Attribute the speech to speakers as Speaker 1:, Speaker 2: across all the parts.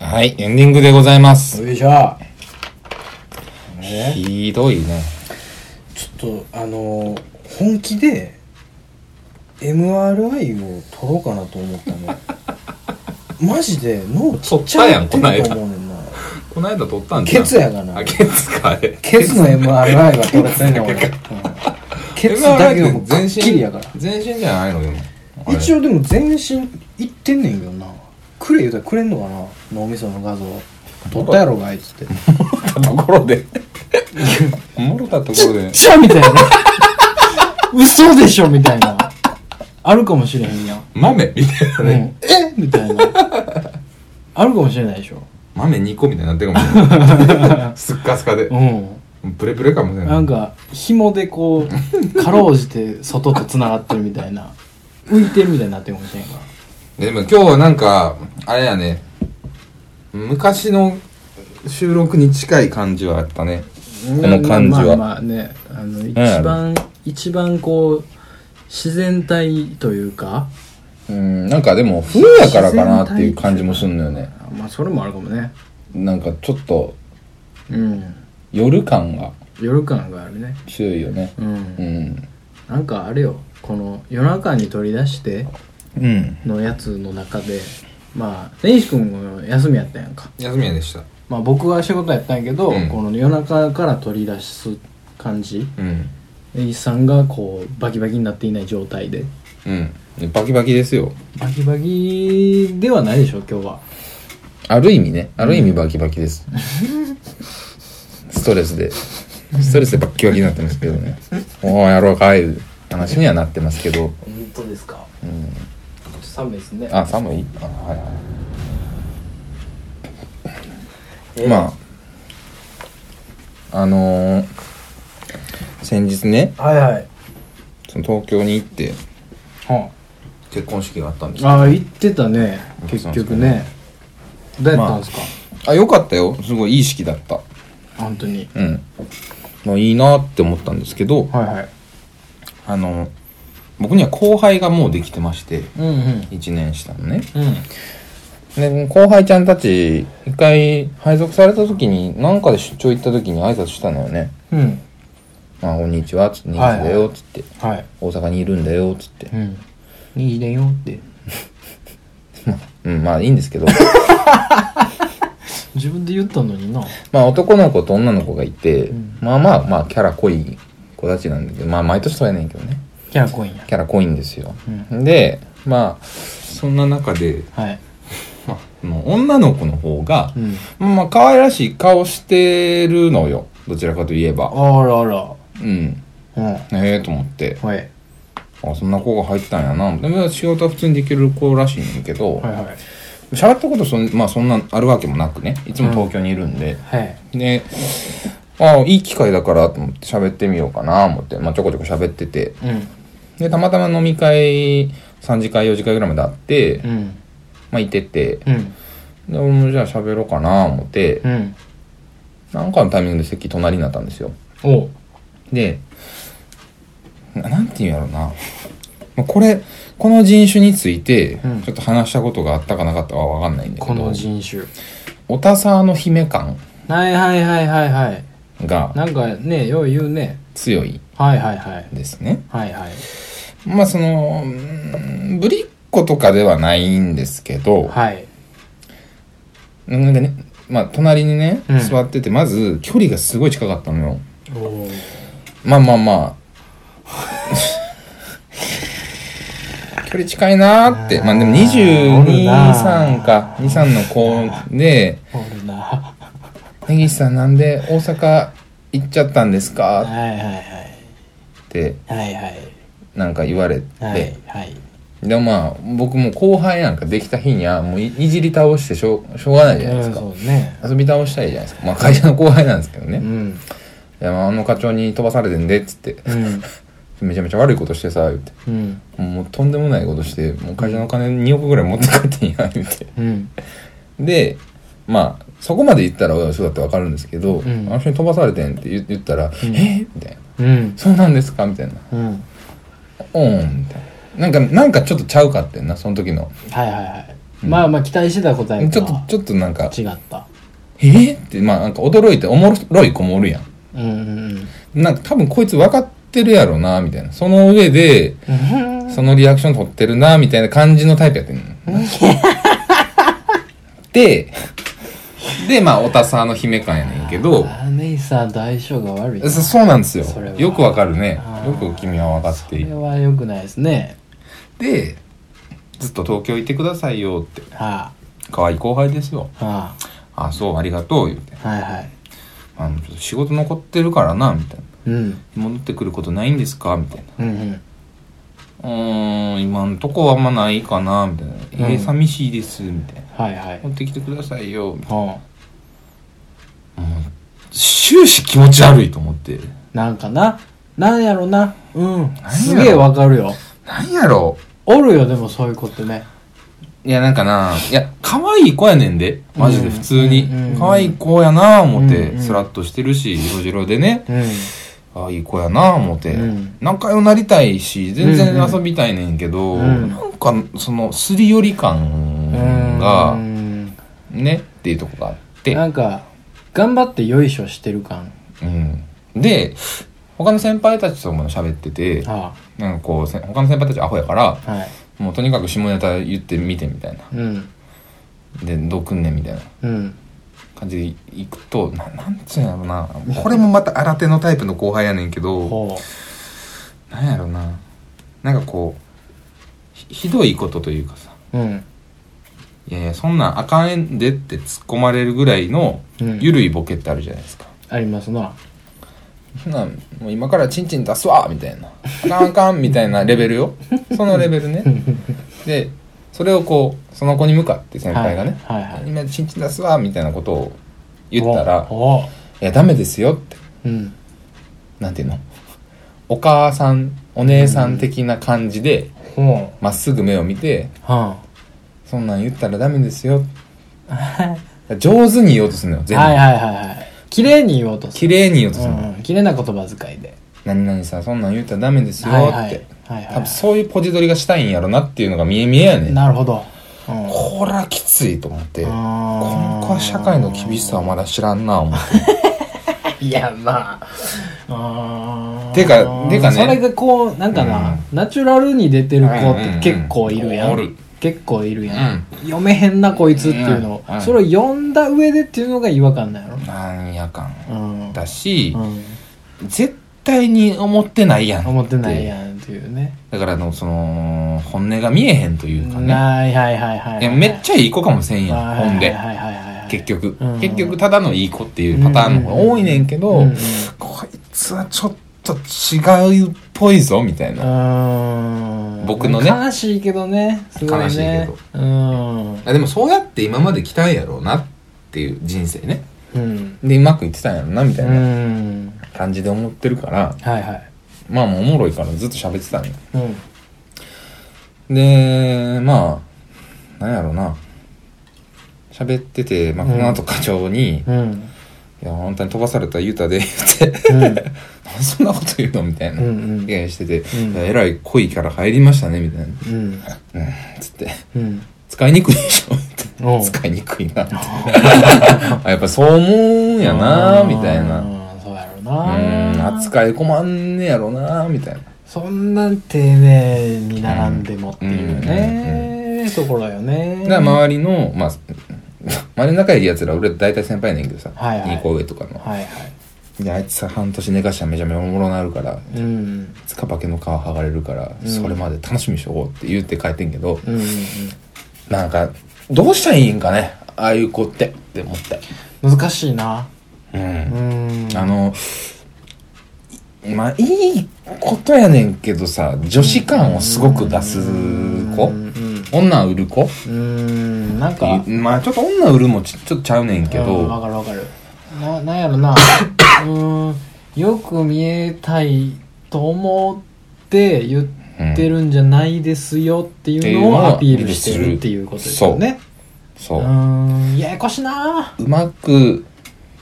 Speaker 1: はい、エンディングでございます。
Speaker 2: よいしょね
Speaker 1: ひどいね。
Speaker 2: ちょっとあのー本気で MRI を取ろうかなと思った のマジで脳ちっちゃい
Speaker 1: 取ったやん
Speaker 2: と思うねんな
Speaker 1: この間撮ったんじゃん
Speaker 2: ケツやがな
Speaker 1: あ、ケツか、あれ。
Speaker 2: ケツの MRI が取れてんねん俺、うんケツだけがもう
Speaker 1: 全
Speaker 2: 全身
Speaker 1: 身
Speaker 2: きりやから
Speaker 1: 全身じゃないのよ。あれ
Speaker 2: 一応でも全身いってんねんけどなくれ言うたらくれんのかな脳みその画像取ったやろがいっつって
Speaker 1: もろたところで。もろたところで。
Speaker 2: ちゃみたいな 嘘でしょみたいなあるかもしれへんやん、
Speaker 1: 豆みたいな
Speaker 2: うん
Speaker 1: ね。
Speaker 2: えみたいなあるかもしれないでしょ
Speaker 1: 豆2個みたいになってるかもしれ ない。すっかすかで
Speaker 2: う。ん
Speaker 1: プレプレかもしれな
Speaker 2: ないん。か紐でこうかろうじて外とつながってるみたいな浮いてるみたいになってるかもしれんから
Speaker 1: でも今日はなんか、あれやね。昔の収録に近い感じはあったね。この感じは。
Speaker 2: まあまあねあの一
Speaker 1: やろ
Speaker 2: 番一番こう自然体というか
Speaker 1: うん、なんかでも冬やからかなっていう感じもすんのよね。
Speaker 2: あまあそれもあるかもね
Speaker 1: なんかちょっと
Speaker 2: うん
Speaker 1: 夜感が
Speaker 2: 夜感があるね
Speaker 1: 強いよね。
Speaker 2: うん
Speaker 1: うん。
Speaker 2: なんかあれよこの夜中に取り出して
Speaker 1: うん。
Speaker 2: のやつの中でまあ根岸君も休みやったやんか
Speaker 1: 休みやでした。
Speaker 2: まあ僕は仕事やったんやけど、
Speaker 1: うん
Speaker 2: この夜中から取り出す感じ
Speaker 1: うん。
Speaker 2: 根岸さんがこうバキバキになっていない状態で
Speaker 1: うん。バキバキですよ。
Speaker 2: バキバキではないでしょ今日は
Speaker 1: ある意味ね。ある意味バキバキ です。ストレスで。ストレスでバッキバキになってますけどね。おーやろうかいう話にはなってますけど。
Speaker 2: 本当ですか
Speaker 1: うん。
Speaker 2: ちょっと寒いですね
Speaker 1: あ、寒いあ、はいは
Speaker 2: え
Speaker 1: い。まあ、あのー、先日ね、
Speaker 2: あはいはい
Speaker 1: その東京に行って
Speaker 2: は
Speaker 1: 結婚式があったんです
Speaker 2: ああ言ってたね結局ねどうやったんですか、
Speaker 1: あ、よかったよ。すごいいい式だった。
Speaker 2: 本当に
Speaker 1: うん。まあいいなって思ったんですけど、
Speaker 2: はいはい
Speaker 1: あの、僕には後輩がもうできてまして、
Speaker 2: うんうん
Speaker 1: 1年下のね。
Speaker 2: うん
Speaker 1: で、後輩ちゃんたち、一回配属された時に、なんかで出張行った時に挨拶したのよね。
Speaker 2: うん
Speaker 1: まあ、こんにちは、つって、人気だよ、つって、
Speaker 2: はい
Speaker 1: 大阪にいるんだよ、つって
Speaker 2: う。んいいだよって
Speaker 1: うん、まあいいんですけど、
Speaker 2: 自分で言ったのにな
Speaker 1: まあ男の子と女の子がいて、
Speaker 2: うん
Speaker 1: まあまあまあキャラ濃い子たちなんだけど、まあ毎年そうやねんけどね。
Speaker 2: キャラ濃いんや
Speaker 1: キャラ濃いんですよ。
Speaker 2: う
Speaker 1: で、まあ、そんな中で、
Speaker 2: はい
Speaker 1: まあ、その女の子の方が
Speaker 2: う、ん
Speaker 1: まあ、可愛らしい顔してるのよ。どちらかといえば。
Speaker 2: あらあら
Speaker 1: うん。
Speaker 2: うん
Speaker 1: ええと思って。
Speaker 2: はい
Speaker 1: あ、そんな子が入ったんやな。でも仕事は普通にできる子らしいねんけど、
Speaker 2: はいはい
Speaker 1: 喋、ったことそん、まあ、そんなあるわけもなくね。いつも東京にいるんで。
Speaker 2: はい
Speaker 1: で、あいい機会だからと思って喋ってみようかな、思って。まあ、ちょこちょこ喋ってて。
Speaker 2: うん
Speaker 1: で、たまたま飲み会、3次会、4次会ぐらいまであって、
Speaker 2: うん
Speaker 1: まあ、いてて。
Speaker 2: うん
Speaker 1: で、俺もじゃあ喋ろうかな、思って。
Speaker 2: うん
Speaker 1: なんかのタイミングで席隣になったんですよ。
Speaker 2: おう
Speaker 1: で、ななんて言うんやろうな。まあこれ、この人種について
Speaker 2: うん、
Speaker 1: ちょっと話したことがあったかなかったかはわかんないんだけ
Speaker 2: こ
Speaker 1: ど
Speaker 2: の、人種
Speaker 1: おたさの姫感
Speaker 2: はいはいはいはいはい
Speaker 1: が
Speaker 2: なんかねよう言うね
Speaker 1: 強い
Speaker 2: はいはいはい
Speaker 1: ですね。
Speaker 2: はいはい
Speaker 1: まあその、うーんぶりっ子とかではないんですけど、
Speaker 2: はい
Speaker 1: なんかね、まあ隣にね
Speaker 2: うん、
Speaker 1: 座ってて、まず距離がすごい近かったのよ。
Speaker 2: おお
Speaker 1: まあまあまあ。距離近いなーって。まあでも
Speaker 2: おる
Speaker 1: 22、
Speaker 2: な
Speaker 1: 3か、2、3の子で、
Speaker 2: おるな
Speaker 1: 根岸さんなんで大阪行っちゃったんです
Speaker 2: はい
Speaker 1: か
Speaker 2: はい
Speaker 1: って
Speaker 2: はいはいはい
Speaker 1: なんか言われて。
Speaker 2: はいはい
Speaker 1: でもまあ僕も後輩なんかできた日にはもういいじり倒してしょうしょうがないじゃないですか。
Speaker 2: うんそうね
Speaker 1: 遊び倒したいじゃないですか。まあ会社の後輩なんですけどね。
Speaker 2: う
Speaker 1: い
Speaker 2: ん
Speaker 1: やまああの課長に飛ばされてんでっつって。
Speaker 2: うん
Speaker 1: めちゃめちゃ悪いことしてさ、言って。
Speaker 2: うん
Speaker 1: もうとんでもないことして、もう会社の金2億ぐらい持って帰ってんや、言うて。
Speaker 2: うん
Speaker 1: で、まあ、そこまで言ったら、おいそうだってわかるんですけど、
Speaker 2: ん
Speaker 1: あの人に飛ばされてんって言言ったら、えみたいな。
Speaker 2: うん
Speaker 1: そうなんですかみたいな。
Speaker 2: うん
Speaker 1: うん、みたいな。なんか、なんかちょっとちゃうかってんな、その時の
Speaker 2: はいはいはいまあまあ期待してた答え
Speaker 1: ちょっとち
Speaker 2: ょ
Speaker 1: ょっとなんか
Speaker 2: 違った
Speaker 1: 「えっ?」ってまあなんか驚いておもろい子もおるやん
Speaker 2: うんうん
Speaker 1: なんか多分こいつ分かってるやろなみたいなその上で
Speaker 2: うん
Speaker 1: そのリアクション取ってるなみたいな感じのタイプやってん のででまあおたさの姫感やねんけど
Speaker 2: あーネイさんと相性が悪いな
Speaker 1: そそうなんですよ
Speaker 2: それは
Speaker 1: よくわかるね
Speaker 2: あー
Speaker 1: よく君は分かってい
Speaker 2: それは良くないですね
Speaker 1: てずっと東京いてくださいよって
Speaker 2: は
Speaker 1: 可愛い後輩ですよ
Speaker 2: あは
Speaker 1: あそうありがとう言うて
Speaker 2: あはいはい
Speaker 1: あのちょっと仕事残ってるからなみたいな
Speaker 2: うん
Speaker 1: 戻ってくることないんですかみたいな
Speaker 2: うんうん
Speaker 1: うーん今んとこはあんまないかなみたいな「
Speaker 2: うん
Speaker 1: えー寂しいです」みたいな
Speaker 2: はいはい
Speaker 1: 「持ってきてくださいよ」みたい
Speaker 2: うん
Speaker 1: なもう終始気持ち悪いと思って
Speaker 2: なんかななんやろなうん
Speaker 1: ろ
Speaker 2: すげえわかるよ
Speaker 1: なんやろ
Speaker 2: おるよでもそういう子ってね
Speaker 1: いやなんかないや可愛い子やねんでマジで
Speaker 2: うん
Speaker 1: 普通に
Speaker 2: うん
Speaker 1: 可愛い子やな思っ
Speaker 2: う
Speaker 1: て
Speaker 2: ん
Speaker 1: スラッとしてるし色白でね
Speaker 2: うん
Speaker 1: ああいい子やな思って
Speaker 2: うん
Speaker 1: 仲良なりたいし全然
Speaker 2: うんうん
Speaker 1: 遊びたいねんけど
Speaker 2: うん
Speaker 1: なんかそのすり寄り感
Speaker 2: う
Speaker 1: が
Speaker 2: ん
Speaker 1: ねっていうとこがあって
Speaker 2: なんか頑張ってよいしょしてる感
Speaker 1: うん、で他の先輩たちとも喋ってて
Speaker 2: あ
Speaker 1: なんかこうせ他の先輩たちアホやから
Speaker 2: あはい
Speaker 1: もうとにかく下ネタ言ってみてみたいな
Speaker 2: うん
Speaker 1: でどうくんねんみたいな
Speaker 2: うん
Speaker 1: 感じでいくとななんつうんやろなこれもまた新手のタイプの後輩やねんけど
Speaker 2: ほ
Speaker 1: なんやろななんかこうひひどいことというかさ
Speaker 2: ううん
Speaker 1: いやいやそんなんあかんでって突っ込まれるぐらいの
Speaker 2: うん
Speaker 1: ゆるいボケってあるじゃないですか、
Speaker 2: ありますな
Speaker 1: そんなんもう今からチンチン出すわみたいなあかんあかんみたいなレベル よそのレベルねでそれをこうその子に向かって先輩がね「
Speaker 2: はいはいはい
Speaker 1: 今チンチン出すわ」みたいなことを言ったら「
Speaker 2: おお
Speaker 1: いやダメですよ」って
Speaker 2: うん
Speaker 1: なんていうのお母さんお姉さん的な感じで
Speaker 2: ほ
Speaker 1: まっすぐ目を見て
Speaker 2: うは
Speaker 1: 「そんなん言ったらダメです よ」上手に言おうとするのよ
Speaker 2: い
Speaker 1: 全部、
Speaker 2: はいはいはいはい綺麗に言おうとす
Speaker 1: 綺
Speaker 2: る
Speaker 1: 麗に言おうとするの、
Speaker 2: うん綺麗な言葉遣いで
Speaker 1: 何々さそんなん言ったらダメですよ」って、
Speaker 2: はいはいはい
Speaker 1: 多分
Speaker 2: は
Speaker 1: そういうポジ取りがしたいんやろなっていうのが見え見えやね
Speaker 2: い
Speaker 1: ん
Speaker 2: なるほどうん
Speaker 1: こらきついと思って
Speaker 2: あ
Speaker 1: こ
Speaker 2: ー
Speaker 1: の子は社会の厳しさはまだ知らんな思って
Speaker 2: いやまああー
Speaker 1: てかてかね
Speaker 2: それがこうなんかな、ナチュラルに出てる子って結構いるやん,、
Speaker 1: うんうんうんおる
Speaker 2: 結構いるやん、読めへんなこいつっていうのを、
Speaker 1: うんうん
Speaker 2: それを読んだ上でっていうのが違和感なんやろ
Speaker 1: なんやかん
Speaker 2: うん、
Speaker 1: だし
Speaker 2: う、ん、
Speaker 1: 絶対に思ってないやん
Speaker 2: 思ってないやんっていうね
Speaker 1: だからあのその本音が見えへんというかね
Speaker 2: はいはいはいはい
Speaker 1: いやめっちゃいい子かもせんや
Speaker 2: はい
Speaker 1: ん
Speaker 2: はい
Speaker 1: 本
Speaker 2: はい
Speaker 1: で
Speaker 2: はいはいはい
Speaker 1: 結局
Speaker 2: うん
Speaker 1: 結局ただのいい子っていうパターンの方が多いねんけ
Speaker 2: う
Speaker 1: ど
Speaker 2: んうん
Speaker 1: こいつはちょっと違うっぽいぞみたいうな
Speaker 2: ーん
Speaker 1: 僕のね
Speaker 2: 悲しいけどねすごいね
Speaker 1: 悲しいけど
Speaker 2: うん
Speaker 1: あでもそうやって今まで来たんやろうなっていう人生ね
Speaker 2: うん
Speaker 1: でうまくいってたんやろうなみた
Speaker 2: う
Speaker 1: いなん感じで思ってるから、
Speaker 2: はいはい
Speaker 1: まあもうおもろいからずっと喋ってたんよ
Speaker 2: うん
Speaker 1: でまあなんやろうな喋ってて、まあ、
Speaker 2: うん
Speaker 1: この後課長に「い
Speaker 2: うん
Speaker 1: や本当に飛ばされた言うたで」言って
Speaker 2: う
Speaker 1: 「
Speaker 2: ん
Speaker 1: なんでそんなこと言うの?」みたいな
Speaker 2: うんうん
Speaker 1: 言い合いしてて「
Speaker 2: うん
Speaker 1: いやえらい濃いキャラ入りましたね」みたいな「
Speaker 2: うん
Speaker 1: うん」つって
Speaker 2: うん
Speaker 1: 「使いにくいでしょ」って
Speaker 2: おう
Speaker 1: 使いにくいな」 あやっぱそう思うんやなみたいなう
Speaker 2: うんそうやろ
Speaker 1: ん
Speaker 2: な
Speaker 1: 扱い困んねやろなみたいな
Speaker 2: そんな丁寧に並んでもっていうねところよね
Speaker 1: だから周りのまあ周りの仲いいやつら俺大体先輩やねんけどさ、
Speaker 2: はいはい
Speaker 1: 2個上とかの
Speaker 2: はいはい
Speaker 1: であいつさ半年寝かしたらめちゃめちゃおもろなるから
Speaker 2: うん
Speaker 1: つかばけの皮剥がれるから、
Speaker 2: ん
Speaker 1: それまで楽しみにしとこうって言って帰ってんけど、
Speaker 2: うんうん
Speaker 1: なんかどうしたらいいんかねああいう子ってって思って
Speaker 2: うん難しいな
Speaker 1: うん、
Speaker 2: うん
Speaker 1: あのいまあいいことやねんけどさ女子感をすごく出す子、
Speaker 2: うん
Speaker 1: 女売る子っ
Speaker 2: うんなん
Speaker 1: て
Speaker 2: か
Speaker 1: いうまあちょっと女売るもちちょっとちゃうねんけ
Speaker 2: う
Speaker 1: ど、
Speaker 2: んわかるわかるななんやろ なうーんよく見えたいと思って言ってるんじゃないですよっていうのをアピールしてるっていうことですよねう
Speaker 1: そう、
Speaker 2: ーんややこしいな
Speaker 1: うまく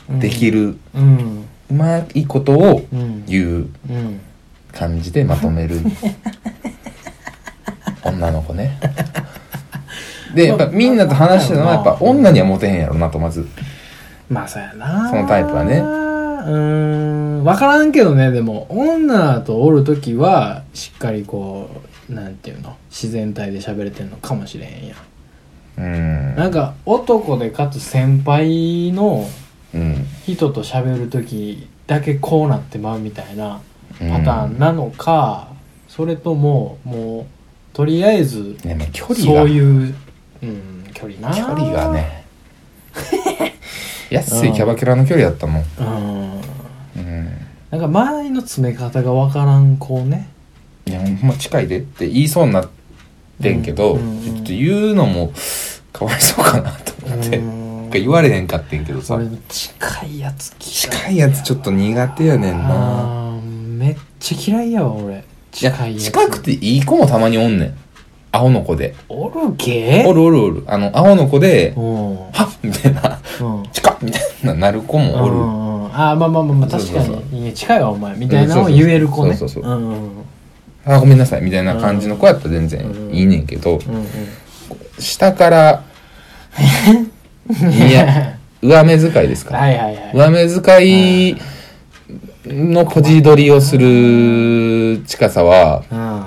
Speaker 1: でき
Speaker 2: る
Speaker 1: る、
Speaker 2: うん
Speaker 1: うまいことを
Speaker 2: うん
Speaker 1: 言う
Speaker 2: うん
Speaker 1: 感 じでまとめる女の子ねでやっぱみんなと話してたのはやっぱ女にはモテへんやろなとまず
Speaker 2: まあそうやな
Speaker 1: そのタイプはね
Speaker 2: うーん分からんけどねでも女とおる時はしっかりこうなんていうの自然体で喋れてんのかもしれへんやん
Speaker 1: うん
Speaker 2: なんか男でかつ先輩の
Speaker 1: うん
Speaker 2: 人と喋る時だけこうなってまうみたいなパターンなのか、それとももうとりあえず
Speaker 1: ねまあ距離が
Speaker 2: そういう、うん、距離な
Speaker 1: 距離がね安いキャバクラの距離だったもん、
Speaker 2: うん
Speaker 1: うん、
Speaker 2: なんか周りの詰め方がわからんこうね
Speaker 1: いやほんま近いでって言いそうになってんけど、
Speaker 2: うん
Speaker 1: ちょっと言うのもかわいそうかなと思って、なんか言われへんかってんけどさ
Speaker 2: 俺近いやつ嫌
Speaker 1: 近いやつちょっと苦手やねんな
Speaker 2: あーめっちゃ嫌いやわ俺
Speaker 1: いや
Speaker 2: 近いやつ
Speaker 1: 近くていい子もたまにおんねん青の子で
Speaker 2: おるけ
Speaker 1: おるおるおるあの青の子で
Speaker 2: うん
Speaker 1: 「はっ!」みたいな
Speaker 2: うん
Speaker 1: 「近っ!」みたいななる子もおる
Speaker 2: うんうんあーまあまあまあまあ確
Speaker 1: そ
Speaker 2: か
Speaker 1: うそう
Speaker 2: にいや近いわお前みたいなのを言える子ね
Speaker 1: そうそうそう
Speaker 2: うんうん
Speaker 1: 「あごめんなさい」みたいな感じの子やったら全然いいねんけど
Speaker 2: うんうん
Speaker 1: 下からいや上目遣いですから
Speaker 2: はいはいはい
Speaker 1: 上目遣いのこじ取りをする近さは
Speaker 2: うん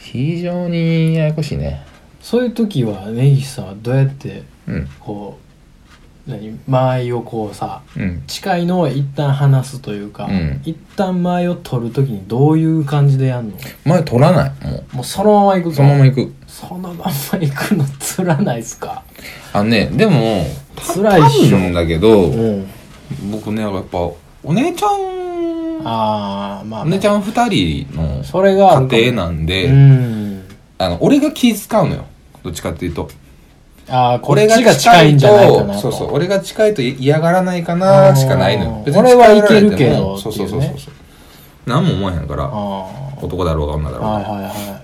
Speaker 1: 非常にややこしいね
Speaker 2: そういう時は根岸さんはどうやって
Speaker 1: うん
Speaker 2: こう何間合いをこうさ
Speaker 1: うん
Speaker 2: 近いのを一旦離すというか、
Speaker 1: うん
Speaker 2: 一旦間合いを取る時にどういう感じでやんの
Speaker 1: 前取らないも
Speaker 2: もうそのまま行く
Speaker 1: う
Speaker 2: ぞ
Speaker 1: そのまま行く
Speaker 2: そのまま行くのつらないっすか
Speaker 1: あのねでも
Speaker 2: つらいっし
Speaker 1: 多
Speaker 2: ょ
Speaker 1: 分だけど、
Speaker 2: うん
Speaker 1: 僕ねやっぱお姉ちゃん
Speaker 2: ああまあ、
Speaker 1: お姉ちゃん2人の
Speaker 2: それがあるかも
Speaker 1: 家庭なんで、
Speaker 2: うん
Speaker 1: あの俺が気使うのよどっちかっていうと
Speaker 2: ああこっ
Speaker 1: 俺
Speaker 2: ちが近いんじゃないかなと
Speaker 1: そうそう俺が近いと嫌がらないかなしかないの
Speaker 2: あ
Speaker 1: よ
Speaker 2: ー
Speaker 1: 別に
Speaker 2: 俺はいけるけ
Speaker 1: 近寄られても
Speaker 2: ど
Speaker 1: そうそうそう
Speaker 2: って
Speaker 1: そ
Speaker 2: いう
Speaker 1: う
Speaker 2: ね
Speaker 1: そう何も思わへんから
Speaker 2: あ
Speaker 1: 男だろうが女だろ
Speaker 2: あ
Speaker 1: うが、
Speaker 2: はいはいは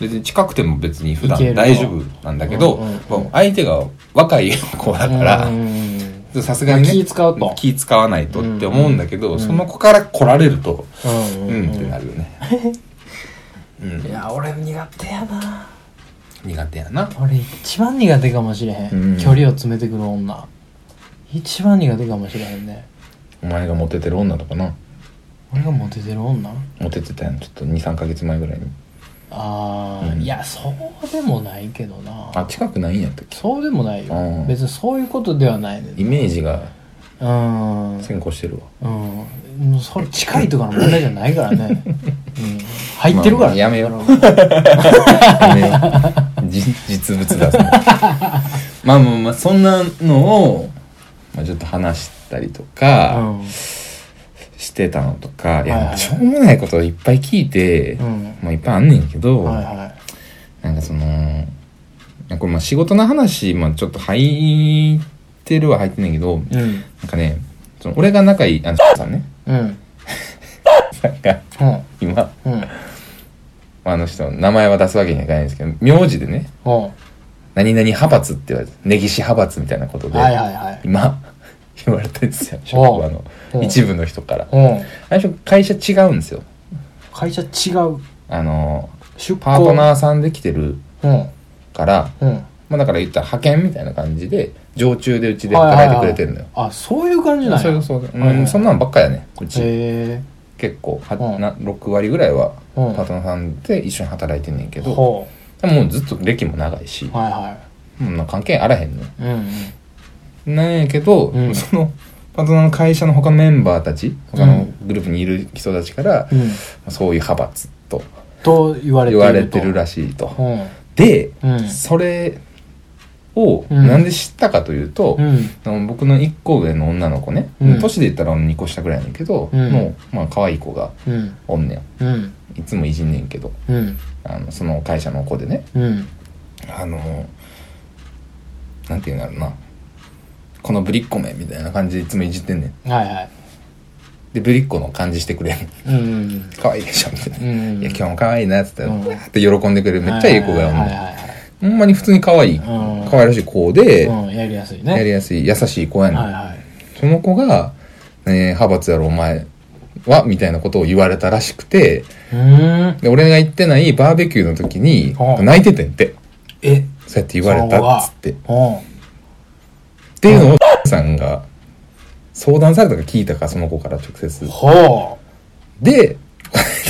Speaker 1: 別に近くても別に普
Speaker 2: いけ
Speaker 1: 段
Speaker 2: る
Speaker 1: 大丈夫なんだけど、
Speaker 2: うんうんうん
Speaker 1: やっぱ相手が若い子だ
Speaker 2: い
Speaker 1: から
Speaker 2: うんうんうん
Speaker 1: さすがにね
Speaker 2: 気使うと
Speaker 1: 気使わないとって思うんだけど、
Speaker 2: うん
Speaker 1: その子から来られると
Speaker 2: うん
Speaker 1: う
Speaker 2: うん
Speaker 1: ん
Speaker 2: うん
Speaker 1: ってなるよね うん
Speaker 2: いや俺苦手やな
Speaker 1: 苦手やな
Speaker 2: 俺一番苦手かもしれへん、
Speaker 1: うん
Speaker 2: 距離を詰めてくる女一番苦手かもしれへんね
Speaker 1: お前がモテてる女とかな
Speaker 2: 俺がモテてる女
Speaker 1: モテてたやんちょっと23か月前ぐらいに
Speaker 2: ああ、
Speaker 1: うん
Speaker 2: いやそうでもないけどな
Speaker 1: あ近くないんやったっけ
Speaker 2: そうでもないよ
Speaker 1: うん
Speaker 2: 別にそういうことではないね
Speaker 1: イメージが
Speaker 2: うん
Speaker 1: 先行 してるわ
Speaker 2: うんもうそれ近いとかの問題じゃないか らね、うん、入ってるから、
Speaker 1: まあやめようじ実物 だそのまあまあまあそんなのを、まあ、ちょっと話したりと
Speaker 2: う
Speaker 1: か
Speaker 2: ん、
Speaker 1: してたのとか、いや
Speaker 2: はいはい
Speaker 1: まあしょうもないことをいっぱい聞いて、
Speaker 2: うん
Speaker 1: まあいっぱいあんねんけど、
Speaker 2: はいはい
Speaker 1: なんかそのこれまあ仕事の話、まあ、ちょっと入ってるは入ってんねんけどなん
Speaker 2: うん
Speaker 1: かねその俺が仲いいあのさんね
Speaker 2: うん
Speaker 1: さんが
Speaker 2: うん
Speaker 1: 今
Speaker 2: うん
Speaker 1: まああの人の名前は出すわけにはいかないんですけど名字でね
Speaker 2: うん
Speaker 1: 何々派閥って言われて根岸派閥みたいなことで、
Speaker 2: はいはいはい
Speaker 1: 今言われてるんですよ職場の
Speaker 2: おう
Speaker 1: 一部の人から
Speaker 2: うん
Speaker 1: 最初会社違うんですよ
Speaker 2: 会社違う
Speaker 1: あの
Speaker 2: 出向
Speaker 1: パートナーさんで来てる
Speaker 2: うん
Speaker 1: から、
Speaker 2: うん
Speaker 1: まあ、だから言ったら派遣みたいな感じで常駐でうちで働いてくれてるのよ
Speaker 2: あそういう感じなんや
Speaker 1: そうそうそう、
Speaker 2: はいは
Speaker 1: う
Speaker 2: い
Speaker 1: ん、そんなんばっかやねうち、
Speaker 2: へ
Speaker 1: 結構は、
Speaker 2: うん
Speaker 1: な6割ぐらいはパ
Speaker 2: うん
Speaker 1: ートナーさんで一緒に働いてんねんけ
Speaker 2: え
Speaker 1: ど、
Speaker 2: ほ
Speaker 1: でももうずっと歴も長いし、
Speaker 2: うはいは
Speaker 1: うんまあ関係あらへんの、
Speaker 2: いうん
Speaker 1: なんやけど、
Speaker 2: うん
Speaker 1: そのパートナーの会社の他のメンバーたち他のグループにいる人たちから、
Speaker 2: うん、うん、
Speaker 1: そういう派閥と
Speaker 2: と言われて
Speaker 1: 言
Speaker 2: いると
Speaker 1: われてるらしいと、
Speaker 2: うん
Speaker 1: で、
Speaker 2: うん
Speaker 1: それを
Speaker 2: うん
Speaker 1: なんで知ったかというと、
Speaker 2: うん
Speaker 1: あの僕の1個上の女の子ね、
Speaker 2: うん
Speaker 1: 年で言ったら2個下ぐらいやねんけど、
Speaker 2: うん
Speaker 1: のまあ可愛い子が
Speaker 2: うん
Speaker 1: おんね
Speaker 2: うん
Speaker 1: んいつもいじんねんけど
Speaker 2: うん
Speaker 1: あのその会社の子でね
Speaker 2: うん
Speaker 1: あのなんていうんだろうなこのぶりっ子めみたいな感じでいつもいじってんねん
Speaker 2: はいはい
Speaker 1: でぶりっ子の感じしてくれる
Speaker 2: うん
Speaker 1: 可愛いでしょみたいな「
Speaker 2: うんうん
Speaker 1: いや今日も可愛いな」っつったら、
Speaker 2: うん
Speaker 1: わーって喜んでくれるめっちゃいい子がおんねん
Speaker 2: はいはいはいはい
Speaker 1: ほんまに普通に可愛い、
Speaker 2: うん
Speaker 1: 可愛らしい子で、
Speaker 2: うん、やりやすいね
Speaker 1: やりやすい優しい子やねん、
Speaker 2: はいはい
Speaker 1: その子が、ね「派閥やろお前は」みたいなことを言われたらしくて
Speaker 2: うーん
Speaker 1: で俺が行ってないバーベキューの時に
Speaker 2: うん
Speaker 1: 泣いててんって
Speaker 2: え
Speaker 1: そうやって言われたっつってっ
Speaker 2: うん
Speaker 1: ていうのをさんが相談されたか聞いたかその子から直接
Speaker 2: ほう
Speaker 1: で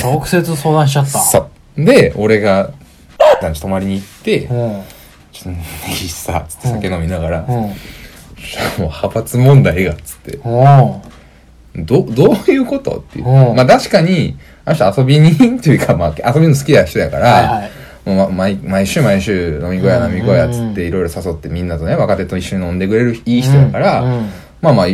Speaker 2: 直接相談しちゃった
Speaker 1: さで俺が団地泊まりに行って
Speaker 2: うん
Speaker 1: 「ちょっとねいいさ」っつって酒飲みながら「
Speaker 2: う
Speaker 1: も
Speaker 2: ん
Speaker 1: う派閥問題が」っつって
Speaker 2: うん
Speaker 1: どどういうことっていう。
Speaker 2: うん
Speaker 1: まあ確かに、あの人遊び人っていうか、まあ遊びの好きな人やから、
Speaker 2: はいはい
Speaker 1: もうま毎毎週毎週飲み小
Speaker 2: う
Speaker 1: 屋
Speaker 2: ん
Speaker 1: 飲み小屋っつっていろいろ誘ってみんなとね、若手と一緒に飲んでくれるいい人やから、
Speaker 2: うん
Speaker 1: まあまあ、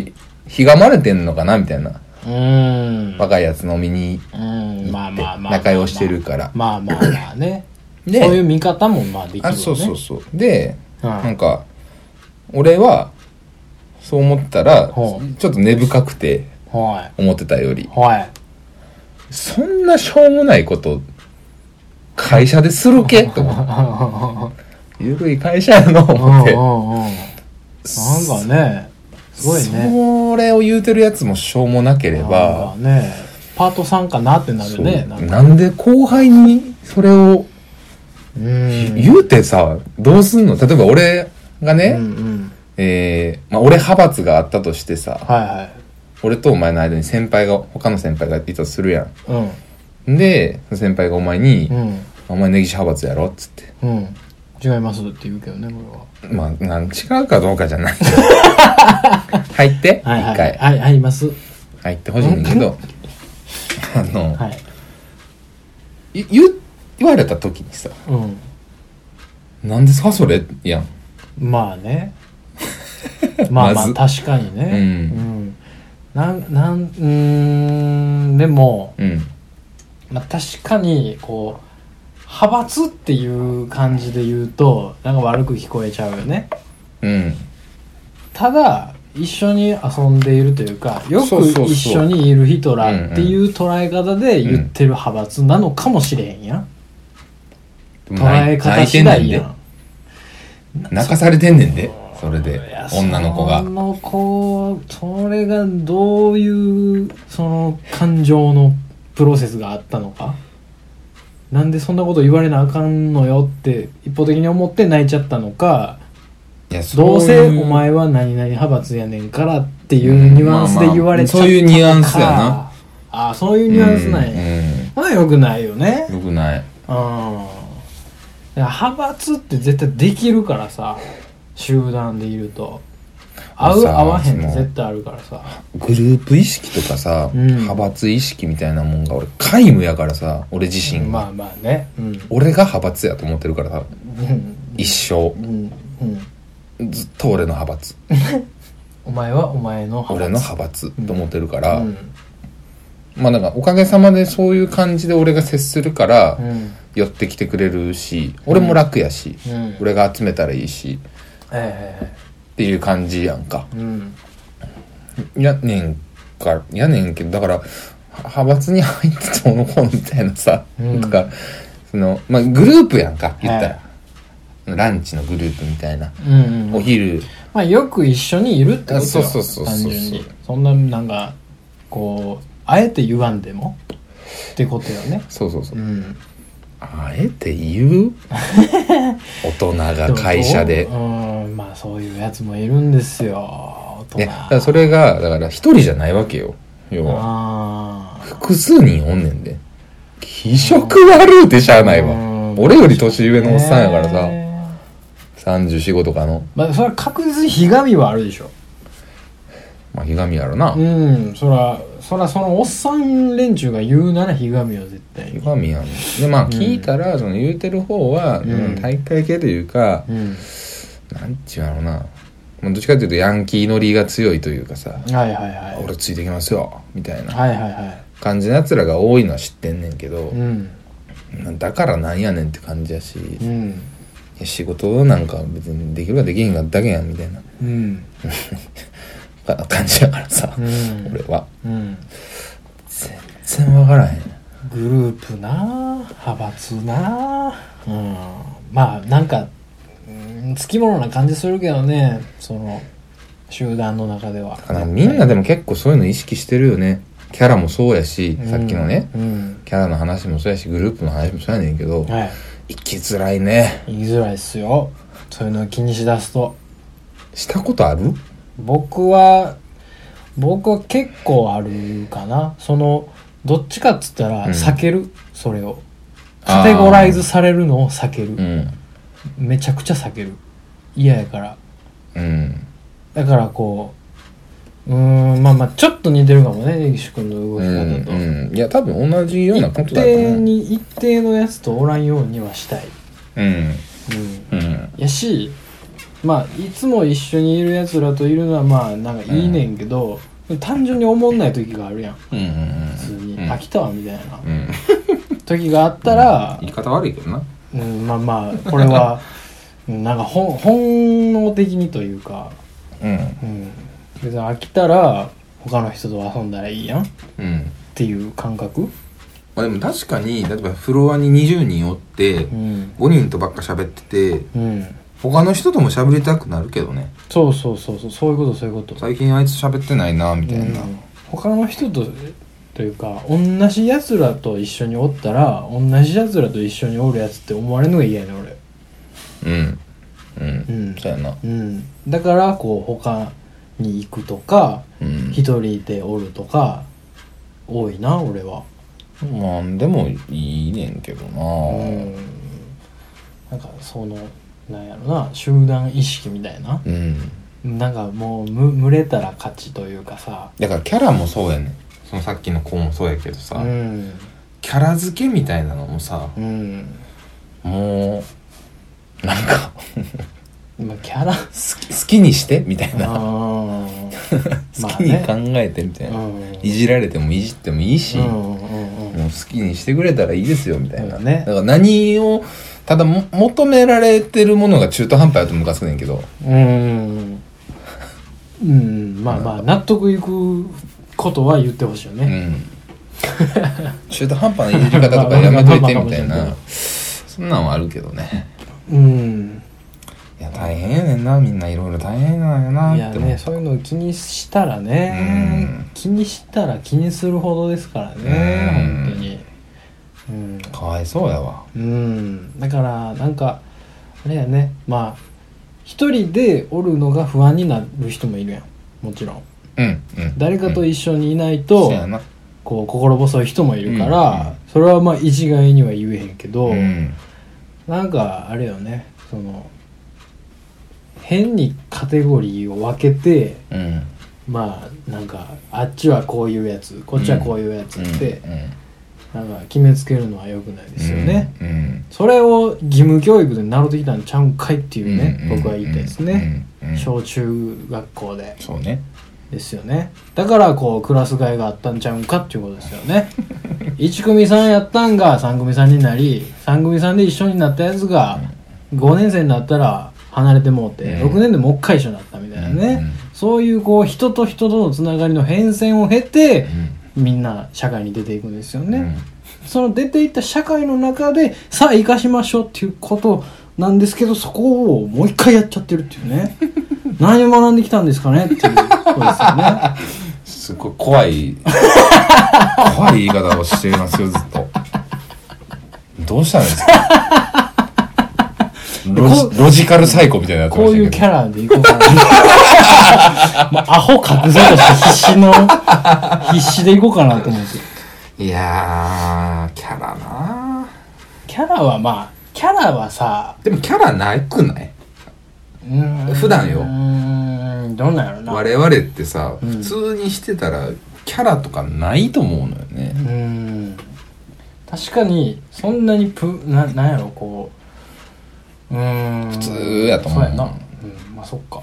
Speaker 1: ひがまれてんのかなみたいな。
Speaker 2: うん
Speaker 1: 若いやつ飲みに
Speaker 2: うんまあまあまあ
Speaker 1: 仲良してるから
Speaker 2: まあまあまあ ねそう
Speaker 1: で
Speaker 2: いう見方もまあできるよね
Speaker 1: あ、そうそうそう。で、
Speaker 2: うん
Speaker 1: なんか、俺は、そう思ったら、ちょ
Speaker 2: ほう
Speaker 1: っと根深くて、
Speaker 2: はい
Speaker 1: 思ってたより。
Speaker 2: はい
Speaker 1: そんなしょうもないこと、会社でするけと思って。ゆるい会社やの、思って。
Speaker 2: うんうんうんなんかねすごいね
Speaker 1: それを言うてるやつもしょうもなけれ
Speaker 2: なん
Speaker 1: ば、
Speaker 2: かねパート3かなってなるね
Speaker 1: そ
Speaker 2: な
Speaker 1: うん
Speaker 2: か
Speaker 1: なんで後輩にそれを
Speaker 2: うん
Speaker 1: 言うてさ、どうすんの例えば俺がね、
Speaker 2: うんうん
Speaker 1: えーまあ、俺派閥があったとしてさ、
Speaker 2: はいはい
Speaker 1: 俺とお前の間に先輩が、他の先輩がいたとするや
Speaker 2: うん
Speaker 1: ん。で、その先輩がお前に、
Speaker 2: うん
Speaker 1: お前根岸派閥やろっつって。
Speaker 2: うん違いますって言うけどねこ
Speaker 1: まあ、なん違うかどうかじゃ ない。入って、一
Speaker 2: れははいはい
Speaker 1: 回。
Speaker 2: はいはいいます
Speaker 1: 入ってほしいんだけど、あの、
Speaker 2: はい
Speaker 1: い言う言われた時にさ、
Speaker 2: うん
Speaker 1: なんですかそれやん。
Speaker 2: ま あねまあま
Speaker 1: ま
Speaker 2: あ
Speaker 1: ず
Speaker 2: 確かにね
Speaker 1: うん
Speaker 2: うんなんなんうーんでも、
Speaker 1: うん。
Speaker 2: まあ、確かにこう派閥っていう感じで言うとなんか悪く聞こえちゃうよね
Speaker 1: うん。
Speaker 2: ただ一緒に遊んでいるというかよ
Speaker 1: そう
Speaker 2: く
Speaker 1: そうそう
Speaker 2: 一緒にいる人らっていう捉え方で言ってる派閥なのかもしれへんやん
Speaker 1: でも
Speaker 2: 捉
Speaker 1: 泣
Speaker 2: え
Speaker 1: い
Speaker 2: 方次
Speaker 1: 泣いてんねん
Speaker 2: 第
Speaker 1: で
Speaker 2: やん
Speaker 1: 泣かされてんねんで。それで
Speaker 2: いや、
Speaker 1: 女の子が
Speaker 2: そ。の子それがどういうその感情のプロセスがあったのかなんでそんなこと言われなあかんのよって一方的に思って泣いちゃったのか
Speaker 1: いや、そ
Speaker 2: どう
Speaker 1: い
Speaker 2: せお前は何々派閥やねんからっていうニュアンスで言われちゃったのか、
Speaker 1: うんまあまあそういうニュアンスやな
Speaker 2: ああそういうニュアンスなんや、
Speaker 1: う
Speaker 2: まあよくないよね
Speaker 1: ん。よくない。
Speaker 2: うんだから派閥って絶対できるからさ集団でいると合う
Speaker 1: さあ
Speaker 2: 合わへ
Speaker 1: そ
Speaker 2: ん
Speaker 1: の
Speaker 2: 絶対あるからさ
Speaker 1: グループ意識とかさ、
Speaker 2: うん
Speaker 1: 派閥意識みたいなもんが俺、皆無やからさ、俺自身が。
Speaker 2: まあまあねうん
Speaker 1: 俺が派閥やと思ってるからさ、
Speaker 2: うん
Speaker 1: 一生。
Speaker 2: うんうん
Speaker 1: ずっと俺の派閥。
Speaker 2: お前はお前の派閥
Speaker 1: 俺の派閥と思ってるから、
Speaker 2: うん
Speaker 1: まあなんかおかげさまでそういう感じで俺が接するから、
Speaker 2: うん
Speaker 1: 寄ってきてくれるし、俺も楽やし、
Speaker 2: うん
Speaker 1: 俺が集めたらいいし、
Speaker 2: え
Speaker 1: っていう感じやんか。
Speaker 2: えうん
Speaker 1: やねんか、やねんけど、だから、派閥に入ってどうのこうのみたいなさ、
Speaker 2: うん
Speaker 1: とか、その、まあグループやんか、言ったら。
Speaker 2: は
Speaker 1: ランチのグループみたいな。
Speaker 2: うんう
Speaker 1: お
Speaker 2: ん
Speaker 1: 昼、
Speaker 2: まあよく一緒にいるってことよ
Speaker 1: あそうそうそうそう
Speaker 2: 単純にそんななんかこうあえて言わんでもってことよね
Speaker 1: そうそうそうう。
Speaker 2: ん
Speaker 1: あえて言 う大人が会社で
Speaker 2: も。どううんまあそういうやつもいるんですよ大人
Speaker 1: ね、だからそれが、だから一人じゃないわけよ。要は。
Speaker 2: あー
Speaker 1: 複数人おんねんで。気色悪うてしゃあないわ
Speaker 2: うん。
Speaker 1: 俺より年上のおっさんやからさ、
Speaker 2: ね
Speaker 1: 34、5とかの。
Speaker 2: まあそれは確実にひがみはあるでしょ
Speaker 1: まあ、ひがみやろな
Speaker 2: う。んそらそらそのおっさん連中が言うならひがみは絶対
Speaker 1: ひ
Speaker 2: に
Speaker 1: がみやん。で、まあ、聞いたら、その言うてる方は、
Speaker 2: ん
Speaker 1: うん体育会系というか、
Speaker 2: うん
Speaker 1: なんちゅうやろな。まあどっちかというと、ヤンキーのりが強いというかさ、
Speaker 2: はいはいはい
Speaker 1: 俺ついてきますよ、みたいな
Speaker 2: はいはいはい
Speaker 1: 感じの奴らが多いのは知ってんねんけど
Speaker 2: う、ん
Speaker 1: だからなんやねんって感じやし、
Speaker 2: う
Speaker 1: い
Speaker 2: ん
Speaker 1: や仕事なんか別にできるかできへんかだけやん、みたいな
Speaker 2: うん
Speaker 1: か感じやからさ、
Speaker 2: うん
Speaker 1: 俺は。
Speaker 2: うん
Speaker 1: 全然わからへん。
Speaker 2: グループなあ派閥なあうんまあなんかうんつきものな感じするけどねその集団の中では
Speaker 1: だからみんなでも結構そういうの意識してるよね。キャラもそうやし、
Speaker 2: うん
Speaker 1: さっきのね、
Speaker 2: うん
Speaker 1: キャラの話もそうやし、グループの話もそうやねんけど、
Speaker 2: はい
Speaker 1: 生きづらいね。
Speaker 2: 言いづらいっすよそういうのを気にしだすと
Speaker 1: したことある
Speaker 2: 僕は僕は結構あるかなそのどっちかっつったら
Speaker 1: うん
Speaker 2: 避ける、それを
Speaker 1: あー
Speaker 2: カテゴライズされるのを避け
Speaker 1: う
Speaker 2: る
Speaker 1: ん
Speaker 2: めちゃくちゃ避ける嫌やから
Speaker 1: うん
Speaker 2: だからこううーんまあまあちょっと似てるかもね根岸君の動
Speaker 1: う
Speaker 2: き
Speaker 1: ん
Speaker 2: 方と、
Speaker 1: うんいや多分同じようなこ
Speaker 2: 一
Speaker 1: とだと思
Speaker 2: 定
Speaker 1: う
Speaker 2: に一定のやつとおらんようにはしたい、
Speaker 1: うん
Speaker 2: うん、
Speaker 1: うん
Speaker 2: やしまあいつも一緒にいるやつらといるのはまあなんかいいねんけど、単純に思んない時があるやん
Speaker 1: うんうんうん
Speaker 2: 普通に、
Speaker 1: うん
Speaker 2: 飽きたわみたいな
Speaker 1: うん
Speaker 2: 時があったら、
Speaker 1: 言い方悪いけどな
Speaker 2: うん、まあまあこれはうんなんか本本能的にというか、
Speaker 1: うん
Speaker 2: うん、別に飽きたら他の人と遊んだらいいやんっ
Speaker 1: うん
Speaker 2: ていう感覚、
Speaker 1: まあでも確かに例えばフロアに20人おって
Speaker 2: うん
Speaker 1: 5人とばっか喋ってて
Speaker 2: うん、
Speaker 1: 他の人とも喋りたくなるけどね
Speaker 2: そうそうそうそうそういうことそういうこと、
Speaker 1: 最近あいつ喋ってないなみたいな
Speaker 2: うん他の人とというか同じやつらと一緒におったら同じやつらと一緒におるやつって思われるのが嫌やね俺
Speaker 1: うんうん
Speaker 2: うん
Speaker 1: そうやな
Speaker 2: うんだからこう他に行くとか
Speaker 1: うん
Speaker 2: 一人でおるとか多いな俺は
Speaker 1: まあでもいいねんけどな
Speaker 2: うんなんかそのなんやろな集団意識みたいな
Speaker 1: うん
Speaker 2: なんかもうむ群れたら勝ちというかさ
Speaker 1: だからキャラもそうやねんそのさっきの子もそうやけどさ、
Speaker 2: うん
Speaker 1: キャラ付けみたいなのもさ
Speaker 2: うん
Speaker 1: もうなんか
Speaker 2: まあキャラ
Speaker 1: 好き好きにしてみたいな
Speaker 2: あー
Speaker 1: 好
Speaker 2: まあ
Speaker 1: きに
Speaker 2: ね
Speaker 1: 考えてみたいな、
Speaker 2: うん
Speaker 1: いじられてもいじってもいいし、
Speaker 2: うんうんうん
Speaker 1: もう好きにしてくれたらいいですよみたいな、
Speaker 2: そうだね
Speaker 1: だから何をただも求められてるものが中途半端やとムカつくねんけど
Speaker 2: うんうんまあまあ納得いくことは言ってほしいよ
Speaker 1: う
Speaker 2: ね、
Speaker 1: ん中途半端ないじり方とかやめといてみたいなそんなんはあるけどね
Speaker 2: うん
Speaker 1: いや大変やねんなみんないろいろ大変なんや
Speaker 2: い
Speaker 1: な
Speaker 2: や
Speaker 1: って思
Speaker 2: ね
Speaker 1: う
Speaker 2: そういうのを気にしたらね、
Speaker 1: うん
Speaker 2: 気にしたら気にするほどですからね、
Speaker 1: うん
Speaker 2: 本当にうん
Speaker 1: かわいそうやわ
Speaker 2: うんだからなんかあれやねまあ一人でおるのが不安になる人もいるやんもちろん
Speaker 1: うんうん
Speaker 2: 誰かと
Speaker 1: 言
Speaker 2: 一緒にいないと、
Speaker 1: そうやな
Speaker 2: こう心細い人もいるから、
Speaker 1: うんうん
Speaker 2: それはまあ一概には言えへんけど、
Speaker 1: うん
Speaker 2: なんかあれよねその変にカテゴリーを分けて
Speaker 1: うん
Speaker 2: まあなんかあっちはこういうやつこっちはこういうやつって
Speaker 1: う、ん
Speaker 2: なんか決めつけるのは良くないですよね、
Speaker 1: うん
Speaker 2: それを義務教育で習ってきたんちゃうんかいって
Speaker 1: う
Speaker 2: い
Speaker 1: ん
Speaker 2: うね、僕は言いたいですね、
Speaker 1: うんうん
Speaker 2: 小中学校で
Speaker 1: そうね
Speaker 2: ですよねだからこうクラス替えがあったんちゃうんかっていうことですよね 1組3やったんが3組3になり3組3で一緒になったやつが5年生になったら離れてもうて、
Speaker 1: うん
Speaker 2: 6年でもう一回一緒になったみたいなね、
Speaker 1: うんうん
Speaker 2: そういうこう人と人とのつながりの変遷を経て
Speaker 1: う、ん
Speaker 2: みんな社会に出ていくんですよ
Speaker 1: う
Speaker 2: ね、
Speaker 1: ん
Speaker 2: その出ていった社会の中でさあ生かしましょうっていうことなんですけどそこをもう一回やっちゃってるっていう ね何を学んできたんですかねっていうことですよね
Speaker 1: すごい怖い怖い言い方をしてますよずっとどうしたんですか ロジロジカルサイコみたいなやつ
Speaker 2: こういうキャラでいこうかな。 まあ、アホ隠そうとして必死の、 必死でいこうかなと思って。
Speaker 1: いやーキャラな
Speaker 2: キャラはまあ、キャラはさ、
Speaker 1: ーでもキャラないくないう
Speaker 2: ーん
Speaker 1: 普段よ
Speaker 2: うーん、どうなんやろな。
Speaker 1: 我々ってさ、
Speaker 2: ん
Speaker 1: 普通にしてたらキャラとかないと思うのよね
Speaker 2: うーん。確かに、そんなにプ、な、なんやろ、こう。うーん。普
Speaker 1: 普通やと思う
Speaker 2: そうやな。うん、まあそっか。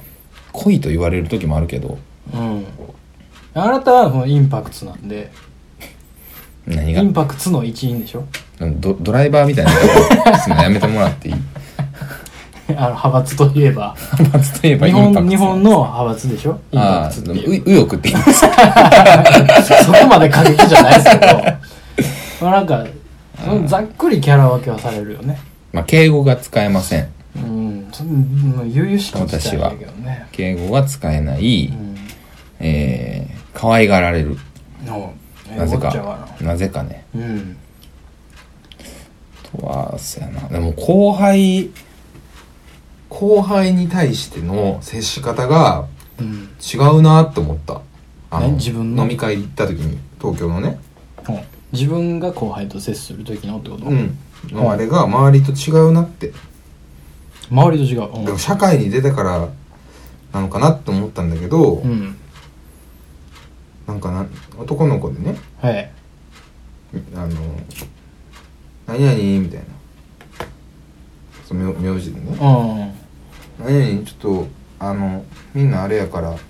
Speaker 1: 恋と言われる時もあるけど
Speaker 2: うん。あなたはもうインパクツなんで、
Speaker 1: 何
Speaker 2: イ
Speaker 1: が
Speaker 2: ンパクツの一員でしょ
Speaker 1: ドドライバーみたいなことするのやめてもらっていい
Speaker 2: あの、派閥といえば。
Speaker 1: 派閥といえばイン
Speaker 2: 日
Speaker 1: パク
Speaker 2: 本
Speaker 1: ト
Speaker 2: 日本の派閥でしょイン
Speaker 1: あ
Speaker 2: パク
Speaker 1: あで
Speaker 2: ト
Speaker 1: も
Speaker 2: って
Speaker 1: う
Speaker 2: いう
Speaker 1: 右翼って言います
Speaker 2: そこまで過激じゃないですけ どまあなんかそのざっくりキャラ分けはされるよね
Speaker 1: まあ敬語が使えません
Speaker 2: うんその悠々しき自体だけどね
Speaker 1: 敬語が使えない、
Speaker 2: うん
Speaker 1: えー、可愛がられる
Speaker 2: の
Speaker 1: なぜ
Speaker 2: えーおっちゃんは
Speaker 1: かなぜかね
Speaker 2: なうん
Speaker 1: あとはそうやなでも後輩後
Speaker 3: 後輩に対しての接し方が
Speaker 2: うん
Speaker 3: 違うなと思ったあ
Speaker 2: ね自分の
Speaker 3: 飲み会行った時に東京のね
Speaker 2: うん自分が後輩と接する時のってこと、
Speaker 3: うんのあれが周りと違うなって
Speaker 2: 周りと違う
Speaker 3: だから社会に出てからなのかなって思ったんだけど、
Speaker 2: うん、うん、
Speaker 3: なんかな男の子でね
Speaker 2: はい
Speaker 3: あの「何々」みたいなその名名字でね
Speaker 2: うん
Speaker 3: 何々ちょっとあのみんなあれやからち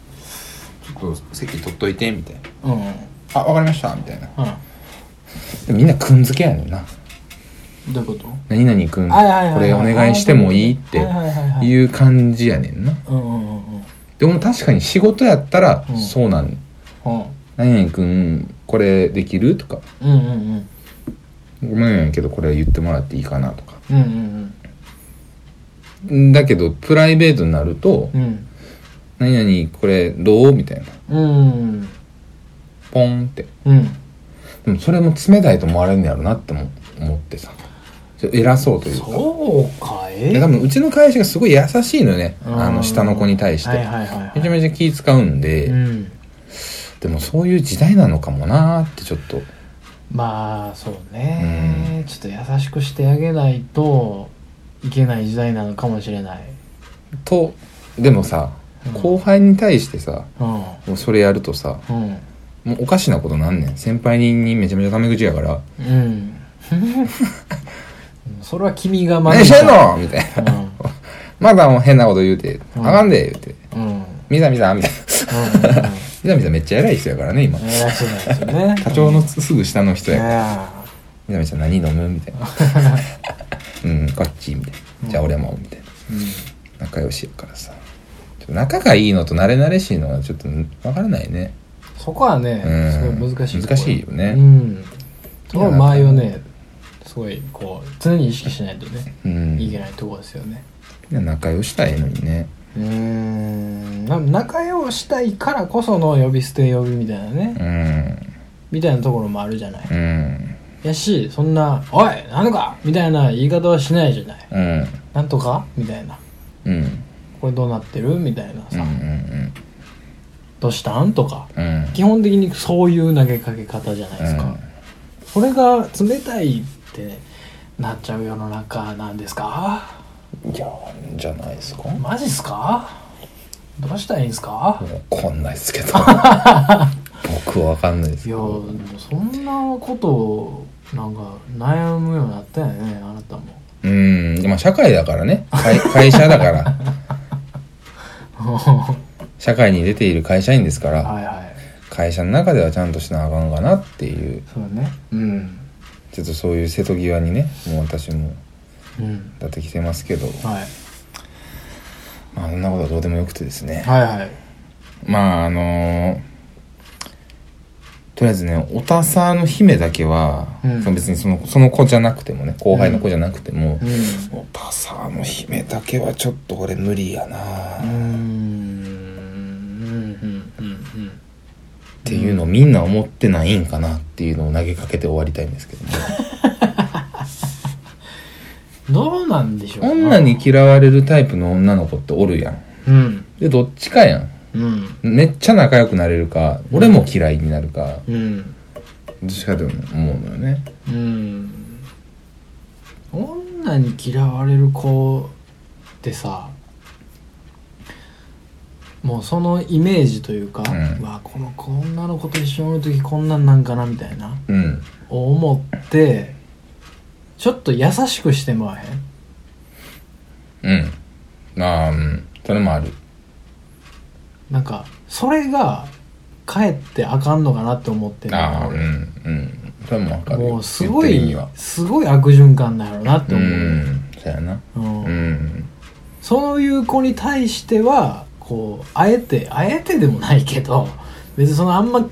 Speaker 3: ょっと席取っといてみたいな
Speaker 2: うん
Speaker 3: 「あわかりました」みたいな
Speaker 2: う
Speaker 1: でみんなくんづけやねんなん
Speaker 2: どういうこ
Speaker 1: 何々くん
Speaker 2: とはいはいはいはい
Speaker 1: これお願いしてもいいって
Speaker 2: はいはいはいはい
Speaker 1: いう感じやねんな
Speaker 2: うんうんうんうん
Speaker 1: でも確かに仕事やったら
Speaker 2: うん
Speaker 1: そうなん、
Speaker 2: うん
Speaker 1: 何々くんこれできるとか
Speaker 2: うんうん
Speaker 1: ごめんやけどこれ言ってもらっていいかなとか
Speaker 2: うんうん
Speaker 1: だけどプライベートになると
Speaker 2: うんうん
Speaker 1: 「何々これどう?」みたいな
Speaker 2: うん
Speaker 1: ポンって
Speaker 2: うん
Speaker 1: でもそれも冷たいと思われるんやろなっても思ってさちょ偉そうというか
Speaker 2: そうかえ
Speaker 1: いや多分うちの会社がすごい優しいのよね
Speaker 2: うん
Speaker 1: あの下の子に対して、
Speaker 2: はいはいはいはい
Speaker 1: めちゃめちゃ気使うんで、
Speaker 2: うん
Speaker 1: でもそういう時代なのかもなーってちょっと
Speaker 2: まあそうね、ちょっと優しくしてあげないといけない時代なのかもしれない
Speaker 1: とでもさ
Speaker 2: うん
Speaker 1: 後輩に対してさ
Speaker 2: うん
Speaker 1: もうそれやるとさ
Speaker 2: うん
Speaker 1: もうおかしなことなんねん先輩にめちゃめちゃタメ口やから
Speaker 2: うんうんそれは君
Speaker 1: 「
Speaker 2: がま
Speaker 1: 何してんの?」みたいな「まだもう変なこと言うてあ
Speaker 2: うん
Speaker 1: かんで」言うて
Speaker 2: うんうんうん
Speaker 1: 「みざみざ」みたいなみざみざめっちゃ偉い人やからね今
Speaker 2: 偉そうなんですよね
Speaker 1: 課長のすぐ下の人
Speaker 2: い
Speaker 1: やから
Speaker 2: や
Speaker 1: 「みざみざ何飲む?」みたい な「うんこっち」みたいな「じゃあ俺も」みたいな仲良しやからさちょっと仲がいいのと慣れ慣れしいのはちょっとわからないね
Speaker 2: そこはね
Speaker 1: うん
Speaker 2: すごい難しい
Speaker 1: 難しいよね
Speaker 2: うんその間合いをねすごいこう常に意識しないとね
Speaker 1: うん
Speaker 2: いけないとこですよね
Speaker 1: みんな仲良したらええのにね
Speaker 2: うーんな仲良したいからこその呼び捨て呼びみたいなね、
Speaker 1: うん
Speaker 2: みたいなところもあるじゃない、
Speaker 1: うん
Speaker 2: やしそんな「おい何か!」みたいな言い方はしないじゃない
Speaker 1: うん
Speaker 2: 「なんとか?」みたいな
Speaker 1: うんうん
Speaker 2: 「これどうなってる?」みたいな
Speaker 1: うんう
Speaker 2: さ「
Speaker 1: ん
Speaker 2: どうしたん?」とか
Speaker 1: うん
Speaker 2: 基本的にそういう投げかけ方じゃないですか、それが冷たいってなっちゃう世の中なんですか
Speaker 1: うんいやじゃないですかも
Speaker 2: マジっすかどうしたらいいんすか
Speaker 1: うこんないですけど僕はわかんないです
Speaker 2: い
Speaker 1: け
Speaker 2: や
Speaker 1: ど
Speaker 2: そんなことなんか悩むようになったよねあなたも
Speaker 1: うんまあ社会だからね会会社だから社会に出ている会社員ですから、
Speaker 2: はいはい
Speaker 1: 会社の中ではちゃんとしなあかんかなっていう
Speaker 2: そうねうん
Speaker 1: ちょっとそういう瀬戸際にねもう私も
Speaker 2: うん
Speaker 1: 立ってきてますけど、
Speaker 2: はい
Speaker 1: まあ、そんなことはどうでもよくてですね
Speaker 2: はいはい
Speaker 1: まああのーとりあえずねおたさの姫だけは、
Speaker 2: うん
Speaker 1: その別にそのその子じゃなくてもね後輩の子じゃなくても、
Speaker 2: う
Speaker 1: おたさの姫だけはちょっと俺無理やな、
Speaker 2: ん
Speaker 1: っ
Speaker 2: うんうんうん
Speaker 1: ていうのをみんな思ってないんかなっていうのを投げかけて終わりたいんですけども
Speaker 2: うんどうなんでしょう
Speaker 1: 女に嫌われるタイプの女の子っておるやん
Speaker 2: うん
Speaker 1: でどっちかやん
Speaker 2: うん
Speaker 1: めっちゃ仲良くなれるか俺も嫌いになるか
Speaker 2: うん
Speaker 1: どっちかでも思うのよね
Speaker 2: うん女に嫌われる子ってさもうそのイメージというか、
Speaker 1: うん
Speaker 2: うわこの子女の子と一緒におる時こんなんなんかなみたいな
Speaker 1: うん
Speaker 2: 思ってちょっと優しくしてもらえへん
Speaker 1: うんまあうんそれもある
Speaker 2: なんかそれがかえってあかんのかなって思ってる
Speaker 1: ああうんうんそれもわかるよ
Speaker 2: もうすご
Speaker 1: 言ってる意
Speaker 2: い
Speaker 1: 味は
Speaker 2: すごい悪循環だろうなって
Speaker 1: う
Speaker 2: 思う、
Speaker 1: んそうやな
Speaker 2: うん
Speaker 1: うん
Speaker 2: そういう子に対してはこうあえてあえてでもないけど別にそのあんま考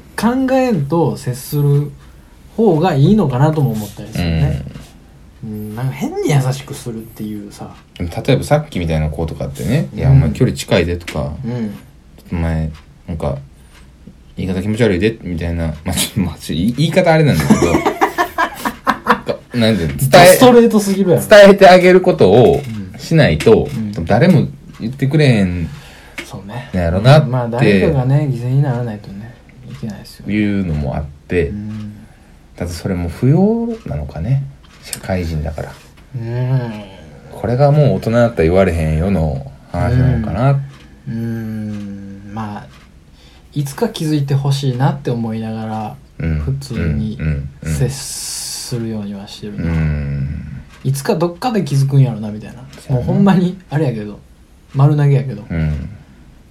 Speaker 2: えんと接する方がいいのかなとも思ったりす
Speaker 1: う
Speaker 2: るね、
Speaker 1: ん
Speaker 2: うんなんか変に優しくするっていうさ
Speaker 1: でも例えばさっきみたいな子とかってね「いや
Speaker 2: う
Speaker 1: お
Speaker 2: ん
Speaker 1: 前距離近いで」とか
Speaker 2: う
Speaker 1: 「
Speaker 2: ん
Speaker 1: ちょっとお前なんか言い方気持ち悪いで」みたいな まあちょっとまあちょっと言い言い方あれなんだけど なんかなんていうの伝
Speaker 2: ス
Speaker 1: え
Speaker 2: トレートすぎるやろ
Speaker 1: 伝えてあげることをしないと、
Speaker 2: ん
Speaker 1: 多分誰も言ってくれへん
Speaker 2: そうね
Speaker 1: のやろな
Speaker 2: まあ
Speaker 1: っ
Speaker 2: 誰かが
Speaker 1: て
Speaker 2: ね犠牲にならないとねいけないですよ
Speaker 1: いうのもあって
Speaker 2: うん
Speaker 1: ただそれも不要なのかね社会人だから
Speaker 2: うん
Speaker 1: これがもう大人だったら言われへんよの話なのかな
Speaker 2: うんまあいつか気づいてほしいなって思いながら
Speaker 1: うん
Speaker 2: 普通に
Speaker 1: うんうん
Speaker 2: 接するようにはしてるな、
Speaker 1: うん
Speaker 2: いつかどっかで気づくんやろなみたいな
Speaker 1: う
Speaker 2: もうほんまにあれやけど丸投げやけど
Speaker 1: うん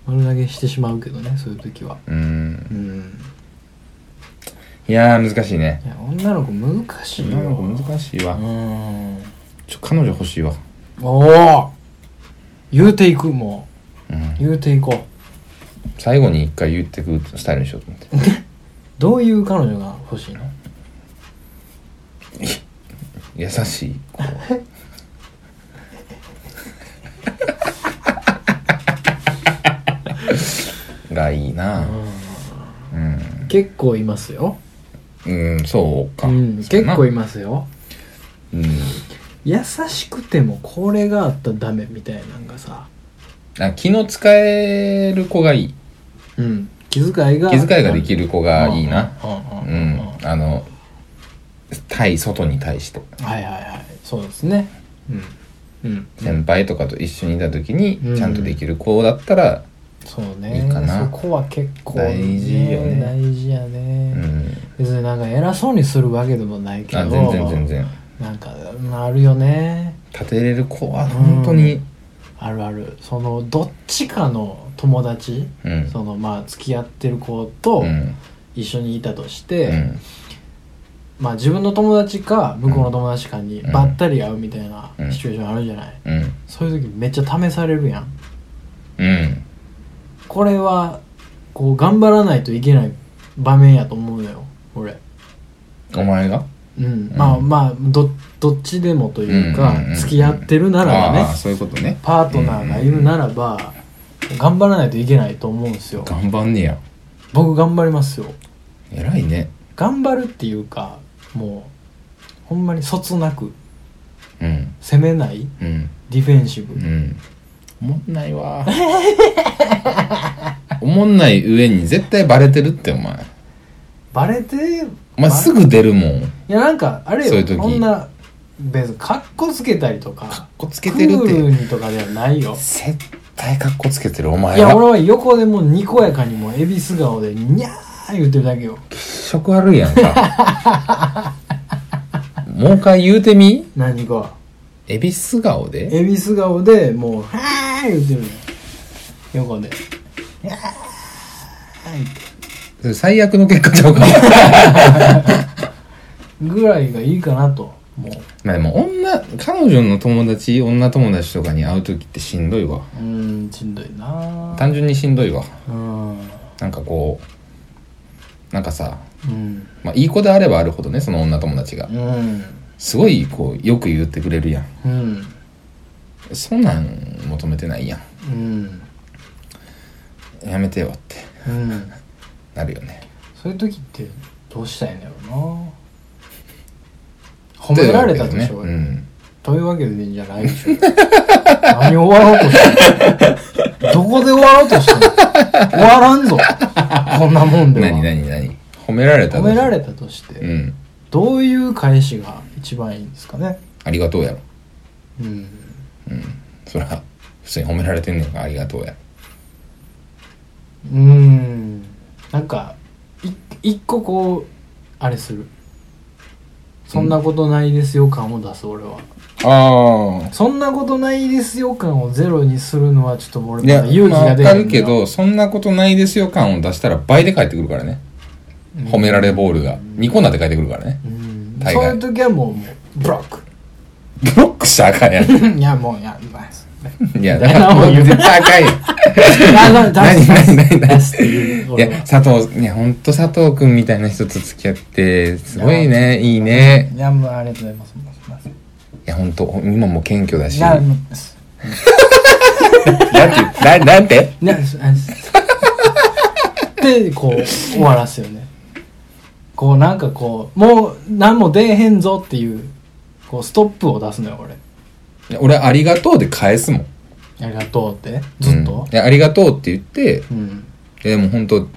Speaker 2: 丸投げしてしまうけどねそういう時は
Speaker 1: うん
Speaker 2: うん
Speaker 1: いやー難しいね
Speaker 2: いや女の子難しいよ
Speaker 1: 女の子難しいわ
Speaker 2: うん
Speaker 1: ちょ彼女欲しいわ
Speaker 2: おお言うていくも
Speaker 1: うん
Speaker 2: う言うていこう
Speaker 1: 最後に一回言ってくスタイルにしようと思って
Speaker 2: どういう彼女が欲しいの
Speaker 1: 優しい子がいいなうん、
Speaker 2: 結構いますよ、
Speaker 1: うん、そうか、
Speaker 2: うん、
Speaker 1: そう
Speaker 2: 結
Speaker 1: やな
Speaker 2: 構いますよ
Speaker 1: うん
Speaker 2: 優しくてもこれがあったらダメみたいなんがさ
Speaker 1: あ気の使える子がいい
Speaker 2: うん気遣いが
Speaker 1: 気遣いがで
Speaker 2: る
Speaker 1: きる子がいいな
Speaker 2: うん
Speaker 1: う
Speaker 2: うんうんうん
Speaker 1: んあの対外に対して
Speaker 2: はいはいはいそうですねうんうん
Speaker 1: 先輩とかと一緒にいた時に
Speaker 2: うん
Speaker 1: ちゃんとできる子だったら
Speaker 2: そうね
Speaker 1: いいかな
Speaker 2: そこは結構、
Speaker 1: 大事よね
Speaker 2: 大事やね、
Speaker 1: うん
Speaker 2: 別になんか偉そうにするわけでもないけど
Speaker 1: あ全然全然
Speaker 2: なんか、まあ、あるよね
Speaker 1: 立てれる子は本当に
Speaker 2: あるあるそのどっちかの友達、
Speaker 1: うん
Speaker 2: そのまあ付き合ってる子と
Speaker 1: うん
Speaker 2: 一緒にいたとし
Speaker 1: う
Speaker 2: て、
Speaker 1: ん
Speaker 2: まあ自分の友達か向こうの友達かに
Speaker 1: うん
Speaker 2: ばったり会うみたいな
Speaker 1: うん
Speaker 2: シチュエーションあるじゃない、
Speaker 1: うん
Speaker 2: そういう時めっちゃ試されるやん
Speaker 1: うん
Speaker 2: これはこう頑張らないといけない場面やと思うのよ俺
Speaker 1: お前が
Speaker 2: うん、まあまあどどっちでもというか、
Speaker 1: うんうんうん
Speaker 2: 付き合ってるならば
Speaker 1: ああ
Speaker 2: ね
Speaker 1: そういうことね
Speaker 2: パートナーがいるならば、頑張らないといけないと思うんですよ
Speaker 1: 頑張んねや
Speaker 2: 僕頑張りますよ
Speaker 1: 偉いね
Speaker 2: 頑張るっていうかもうほんまにそつなく
Speaker 1: うん
Speaker 2: 攻めない
Speaker 1: うん
Speaker 2: ディフェンシブ、
Speaker 1: うんおもんない わおもんない上に絶対バレてるってお前
Speaker 2: バレて
Speaker 1: お前すぐ出るもんか
Speaker 2: いやなんかあれ
Speaker 1: そうい
Speaker 2: よ
Speaker 1: う時
Speaker 2: こんな別にかっこつけたりとか
Speaker 1: っこつけてるっ
Speaker 2: クール
Speaker 1: て
Speaker 2: にとかではないよ
Speaker 1: 絶対かっこつけてるお前
Speaker 2: いや俺
Speaker 1: は
Speaker 2: は横でもうにこやかにもう恵比寿顔でにゃー言ってるだけよ
Speaker 1: 気色悪いやんか もう一回言うてみ
Speaker 2: 何か
Speaker 1: 恵比寿顔で
Speaker 2: 恵比寿顔でもう「はーい!」言ってるのよ横で「はーい!」
Speaker 1: それ最悪の結果ちゃうか
Speaker 2: ぐらいがいいかなともう
Speaker 1: まあでも女彼女の友達女友達とかに会う時ってしんどいわ
Speaker 2: うーんしんどいな
Speaker 1: 単純にしんどいわ
Speaker 2: うん
Speaker 1: なんかこうなんかさ、
Speaker 2: うん
Speaker 1: まあ、いい子であればあるほどねその女友達が
Speaker 2: うん
Speaker 1: すごいこうよく言ってくれるやん
Speaker 2: うん
Speaker 1: そんなん求めてないや
Speaker 2: うん
Speaker 1: んやめてよって
Speaker 2: うん
Speaker 1: なるよね
Speaker 2: そういう時ってどうしたいんだろうな褒められたでしょ、
Speaker 1: というわけでね
Speaker 2: というわけでじゃないでしょ何を終わろうとしてんのどこで終わろうとしてんの終わらんぞこんなもん
Speaker 1: う
Speaker 2: で
Speaker 1: ん何
Speaker 2: は
Speaker 1: 何何褒められた
Speaker 2: 褒められ
Speaker 1: た
Speaker 2: たとして、
Speaker 1: うん
Speaker 2: どういう返しが一番いいんですかね
Speaker 1: ありがとうやろ
Speaker 2: うん
Speaker 1: そら普通に褒められてんねんからありがとうやろ
Speaker 2: うーんなんかい一個こうあれするそんなことないですよ感を出す俺は
Speaker 1: ああ
Speaker 2: そんなことないですよ感をゼロにするのはちょっと俺
Speaker 1: いや、
Speaker 2: まだ勇気が出
Speaker 1: まあわ
Speaker 2: な
Speaker 1: か
Speaker 2: い
Speaker 1: るけど、そんなことないですよ感を出したら倍で返ってくるからね。褒められボールが。2個になって返ってくるからね。
Speaker 2: うん
Speaker 1: 大
Speaker 2: そう
Speaker 1: 概
Speaker 2: いう時はもうもうブロック
Speaker 1: ブロックしたらあかんやん。
Speaker 2: いやもういやまあ
Speaker 1: いや、だから
Speaker 2: いや
Speaker 1: も
Speaker 2: も
Speaker 1: う
Speaker 2: う
Speaker 1: 絶対あかんやん。
Speaker 2: 何
Speaker 1: 何何何何
Speaker 2: 出すっていう
Speaker 1: い
Speaker 2: 俺は
Speaker 1: や、佐藤、いや、ほんと佐藤くんみたいな人と付き合って、すごいね、いいね。
Speaker 2: いやもうありがとうございますもうすいません
Speaker 1: いや、ほんと、今も謙虚だし。
Speaker 2: い
Speaker 1: な
Speaker 2: や
Speaker 1: んて
Speaker 2: もうす
Speaker 1: な、なんて
Speaker 2: いやすいませんでこう終わらすよねこうなんかこうもう何も出えへんぞっていうこうストップを出すのよ俺
Speaker 1: いや俺、ありがとうで返すもん。
Speaker 2: ありがとうってずっと
Speaker 1: うんいやありがとうって言って
Speaker 2: うん、
Speaker 1: いやでも本当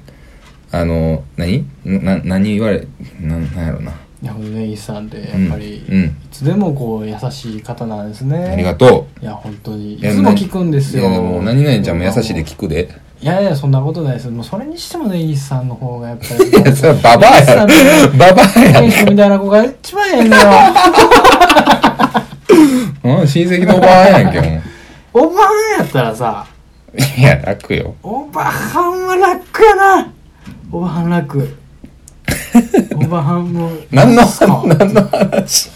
Speaker 1: あの何な何言われなんなんやろうない
Speaker 2: やほんとねイーさんってや
Speaker 1: うん
Speaker 2: っぱり、
Speaker 1: う
Speaker 2: い
Speaker 1: ん
Speaker 2: つでもこう優しい方なんですね
Speaker 1: ありがと
Speaker 2: いや本当にい
Speaker 1: いや
Speaker 2: つも聞くんで
Speaker 1: う
Speaker 2: す
Speaker 1: い
Speaker 2: よ
Speaker 1: やでも何々ちゃんも優しいで聞くで
Speaker 2: いやいやそんなことないですもうそれにしてもねイーさんの方がやっぱり
Speaker 1: いや それはババアやろ
Speaker 2: イーさんの
Speaker 1: ババアや
Speaker 2: 天使みたいな子が一番ええ のよ
Speaker 1: ろうん親戚のおばあやんけも
Speaker 2: おばはんやったらさ
Speaker 1: ういや楽よ
Speaker 2: おばはんは楽やなおばは ん楽おばはんも
Speaker 1: 何の
Speaker 2: そう
Speaker 1: 何の話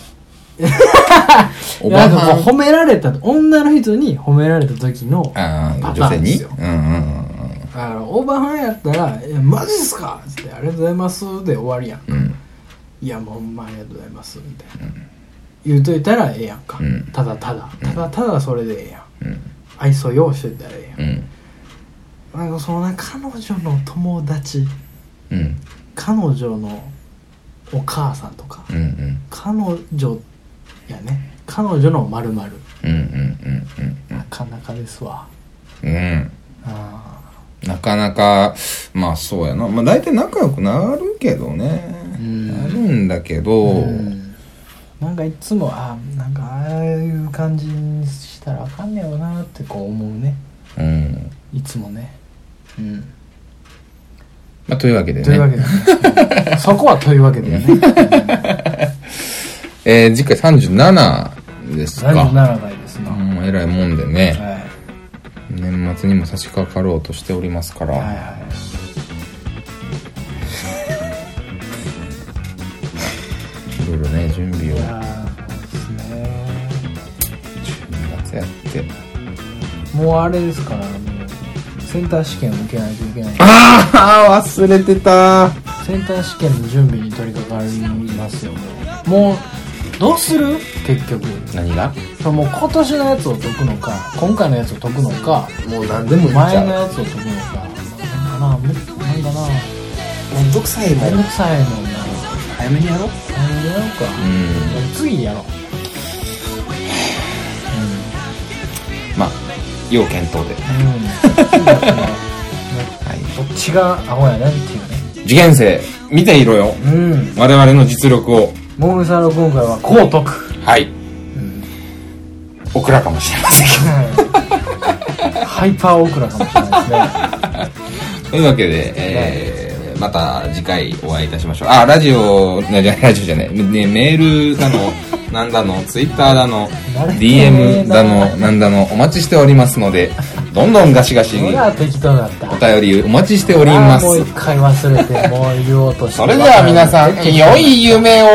Speaker 1: おば
Speaker 2: なんか
Speaker 1: はん
Speaker 2: こう褒められた女の人に褒められた時の
Speaker 1: ああ
Speaker 2: パ
Speaker 1: 女
Speaker 2: ター
Speaker 1: 性
Speaker 2: ンで
Speaker 1: に
Speaker 2: す
Speaker 1: う
Speaker 2: よ
Speaker 1: んうんうん
Speaker 2: あのオーバーハンやったら「えマジっすか!」っつって「ありがとうございます」で終わりやん「
Speaker 1: うん
Speaker 2: いやもうほんまありがとうございます」みたいな、言うといたらええやんか、
Speaker 1: うん
Speaker 2: ただただただただそれでええやん
Speaker 1: うん
Speaker 2: 愛想ようしといたらええ
Speaker 1: うん
Speaker 2: やんなんかそのな彼女の友達
Speaker 1: うん
Speaker 2: 彼女のお母さんとか、
Speaker 1: うんうん
Speaker 2: 彼女やね彼女のまるまる
Speaker 1: うんうん
Speaker 2: なかなかですわ
Speaker 1: うんうんうん
Speaker 2: あ
Speaker 1: なかなかまあそうやなまあ大体仲良くなるけどね
Speaker 2: うん
Speaker 1: なるんだけど、
Speaker 2: うんなんかいつもあなんかああいう感じにしたらあかんねやろなってこう思うね
Speaker 1: うん
Speaker 2: いつもね、うん、
Speaker 1: まあというわけでね
Speaker 2: というわけで、ね、そこはというわけで ね
Speaker 1: えー、次回37ですか
Speaker 2: 37回ですな、
Speaker 1: うんえらいもんでね
Speaker 2: はい
Speaker 1: 年末にも差し掛かろうとしておりますから、
Speaker 2: はいは
Speaker 1: いろいろね準備を
Speaker 2: いいやーそうですね
Speaker 1: 12月やって
Speaker 2: もうあれですからもうセンター試験受けないといけない
Speaker 1: ああ忘れてた
Speaker 2: センター試験の準備に取り掛かりますよもうもうどうする結局
Speaker 1: 何が
Speaker 2: もう今年のやつを解くのか今回のやつを解くのか
Speaker 4: もう何でも言っち
Speaker 2: 前の
Speaker 4: ゃ
Speaker 2: やつを解くのかなんかなむなんかな
Speaker 4: うめんどくさいも
Speaker 2: めん
Speaker 4: ん
Speaker 2: どくさいもんな
Speaker 4: 早めにやろう
Speaker 2: あれやろうか
Speaker 1: うん
Speaker 2: 次やろう
Speaker 1: まあ要検討で
Speaker 2: うん次やってもらおうねどっちがアホやねんっていうね
Speaker 1: 受験生見ていろよ
Speaker 2: うん
Speaker 1: 我々の実力を
Speaker 2: モールサロ今回はこう解く
Speaker 1: はい、オクラかもしれませんけど
Speaker 2: ハイパーオクラかもしれないです ね
Speaker 1: というわけで、えーまた次回お会いいたしましょうあラジオいやじゃラジオじゃない、ね、メールだ のなんだのツイッターだの
Speaker 2: 慣れてね
Speaker 1: DM
Speaker 2: え
Speaker 1: だ
Speaker 2: な
Speaker 1: のなんだのお待ちしておりますのでどんどんガシガシ
Speaker 2: ほ
Speaker 1: に
Speaker 2: ら適当だった
Speaker 1: お便りお待ちしております
Speaker 2: あーもう一回忘れてもう言おうとして
Speaker 1: それでは皆さん良い夢を